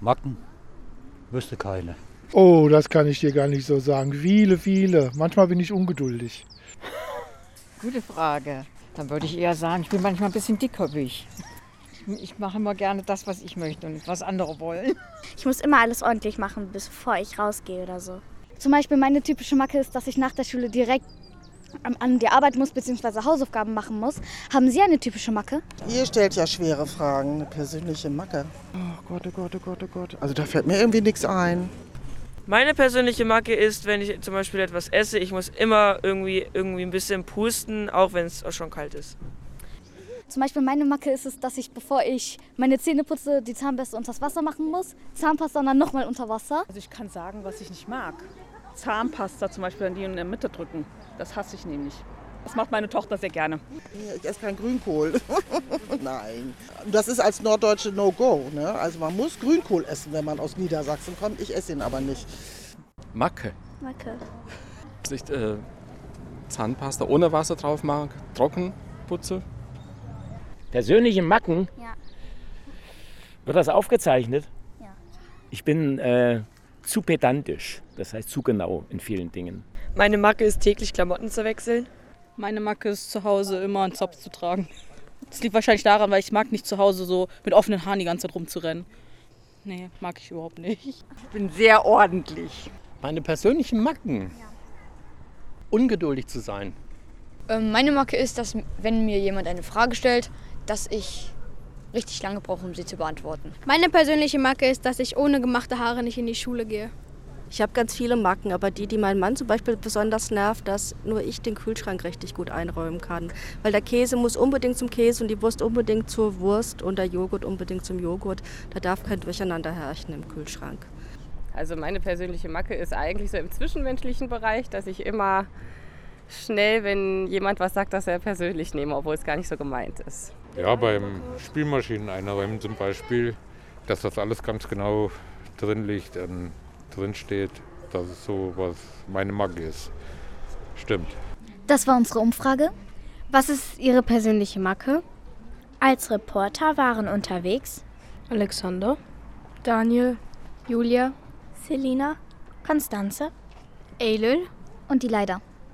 Macken wüsste keine. Oh, das kann ich dir gar nicht so sagen. Viele, viele. Manchmal bin ich ungeduldig. Gute Frage. Dann würde ich eher sagen, ich bin manchmal ein bisschen dickhäubig. Ich mache immer gerne das, was ich möchte und nicht, was andere wollen. Ich muss immer alles ordentlich machen, bevor ich rausgehe oder so. Zum Beispiel meine typische Macke ist, dass ich nach der Schule direkt an- an die Arbeit muss bzw. Hausaufgaben machen muss. Haben Sie eine typische Macke? Ihr stellt ja schwere Fragen, eine persönliche Macke. Oh Gott, oh Gott, oh Gott, oh Gott. Also da fällt mir irgendwie nichts ein. Meine persönliche Macke ist, wenn ich zum Beispiel etwas esse, ich muss immer irgendwie, irgendwie ein bisschen pusten, auch wenn es schon kalt ist. Zum Beispiel meine Macke ist es, dass ich, bevor ich meine Zähne putze, die Zahnbürste unter das Wasser machen muss, Zahnpasta und dann nochmal unter Wasser. Also ich kann sagen, was ich nicht mag. Zahnpasta zum Beispiel, an die in der Mitte drücken. Das hasse ich nämlich. Das macht meine Tochter sehr gerne. Ich esse keinen Grünkohl. Nein. Das ist als Norddeutsche No-Go. Ne? Also man muss Grünkohl essen, wenn man aus Niedersachsen kommt. Ich esse ihn aber nicht. Macke. Macke. Dass ich äh, Zahnpasta ohne Wasser drauf mag, trocken putze. Persönliche Macken? Ja. Wird das aufgezeichnet? Ja. Ich bin äh, zu pedantisch, das heißt zu genau in vielen Dingen. Meine Macke ist täglich Klamotten zu wechseln. Meine Macke ist zu Hause immer einen Zopf zu tragen. Das liegt wahrscheinlich daran, weil ich mag nicht zu Hause so mit offenen Haaren die ganze Zeit rumzurennen. Nee, mag ich überhaupt nicht. Ich bin sehr ordentlich. Meine persönlichen Macken. Ungeduldig zu sein. meine Macke ist, dass wenn mir jemand eine Frage stellt, dass ich richtig lange brauche, um sie zu beantworten. Meine persönliche Macke ist, dass ich ohne gemachte Haare nicht in die Schule gehe. Ich habe ganz viele Marken, aber die, die mein Mann zum Beispiel besonders nervt, dass nur ich den Kühlschrank richtig gut einräumen kann. Weil der Käse muss unbedingt zum Käse und die Wurst unbedingt zur Wurst und der Joghurt unbedingt zum Joghurt. Da darf kein Durcheinander herrschen im Kühlschrank. Also meine persönliche Macke ist eigentlich so im zwischenmenschlichen Bereich, dass ich immer schnell, wenn jemand was sagt, dass er persönlich nehme, obwohl es gar nicht so gemeint ist. Ja, beim Spielmaschinen einräumen zum Beispiel, dass das alles ganz genau drin liegt, ähm, drin steht, das ist so, was meine Magge ist. Stimmt. Das war unsere Umfrage. Was ist Ihre persönliche Macke? Als Reporter waren unterwegs Alexander, Daniel, Julia, Selina, Konstanze, Eilül Und die leider.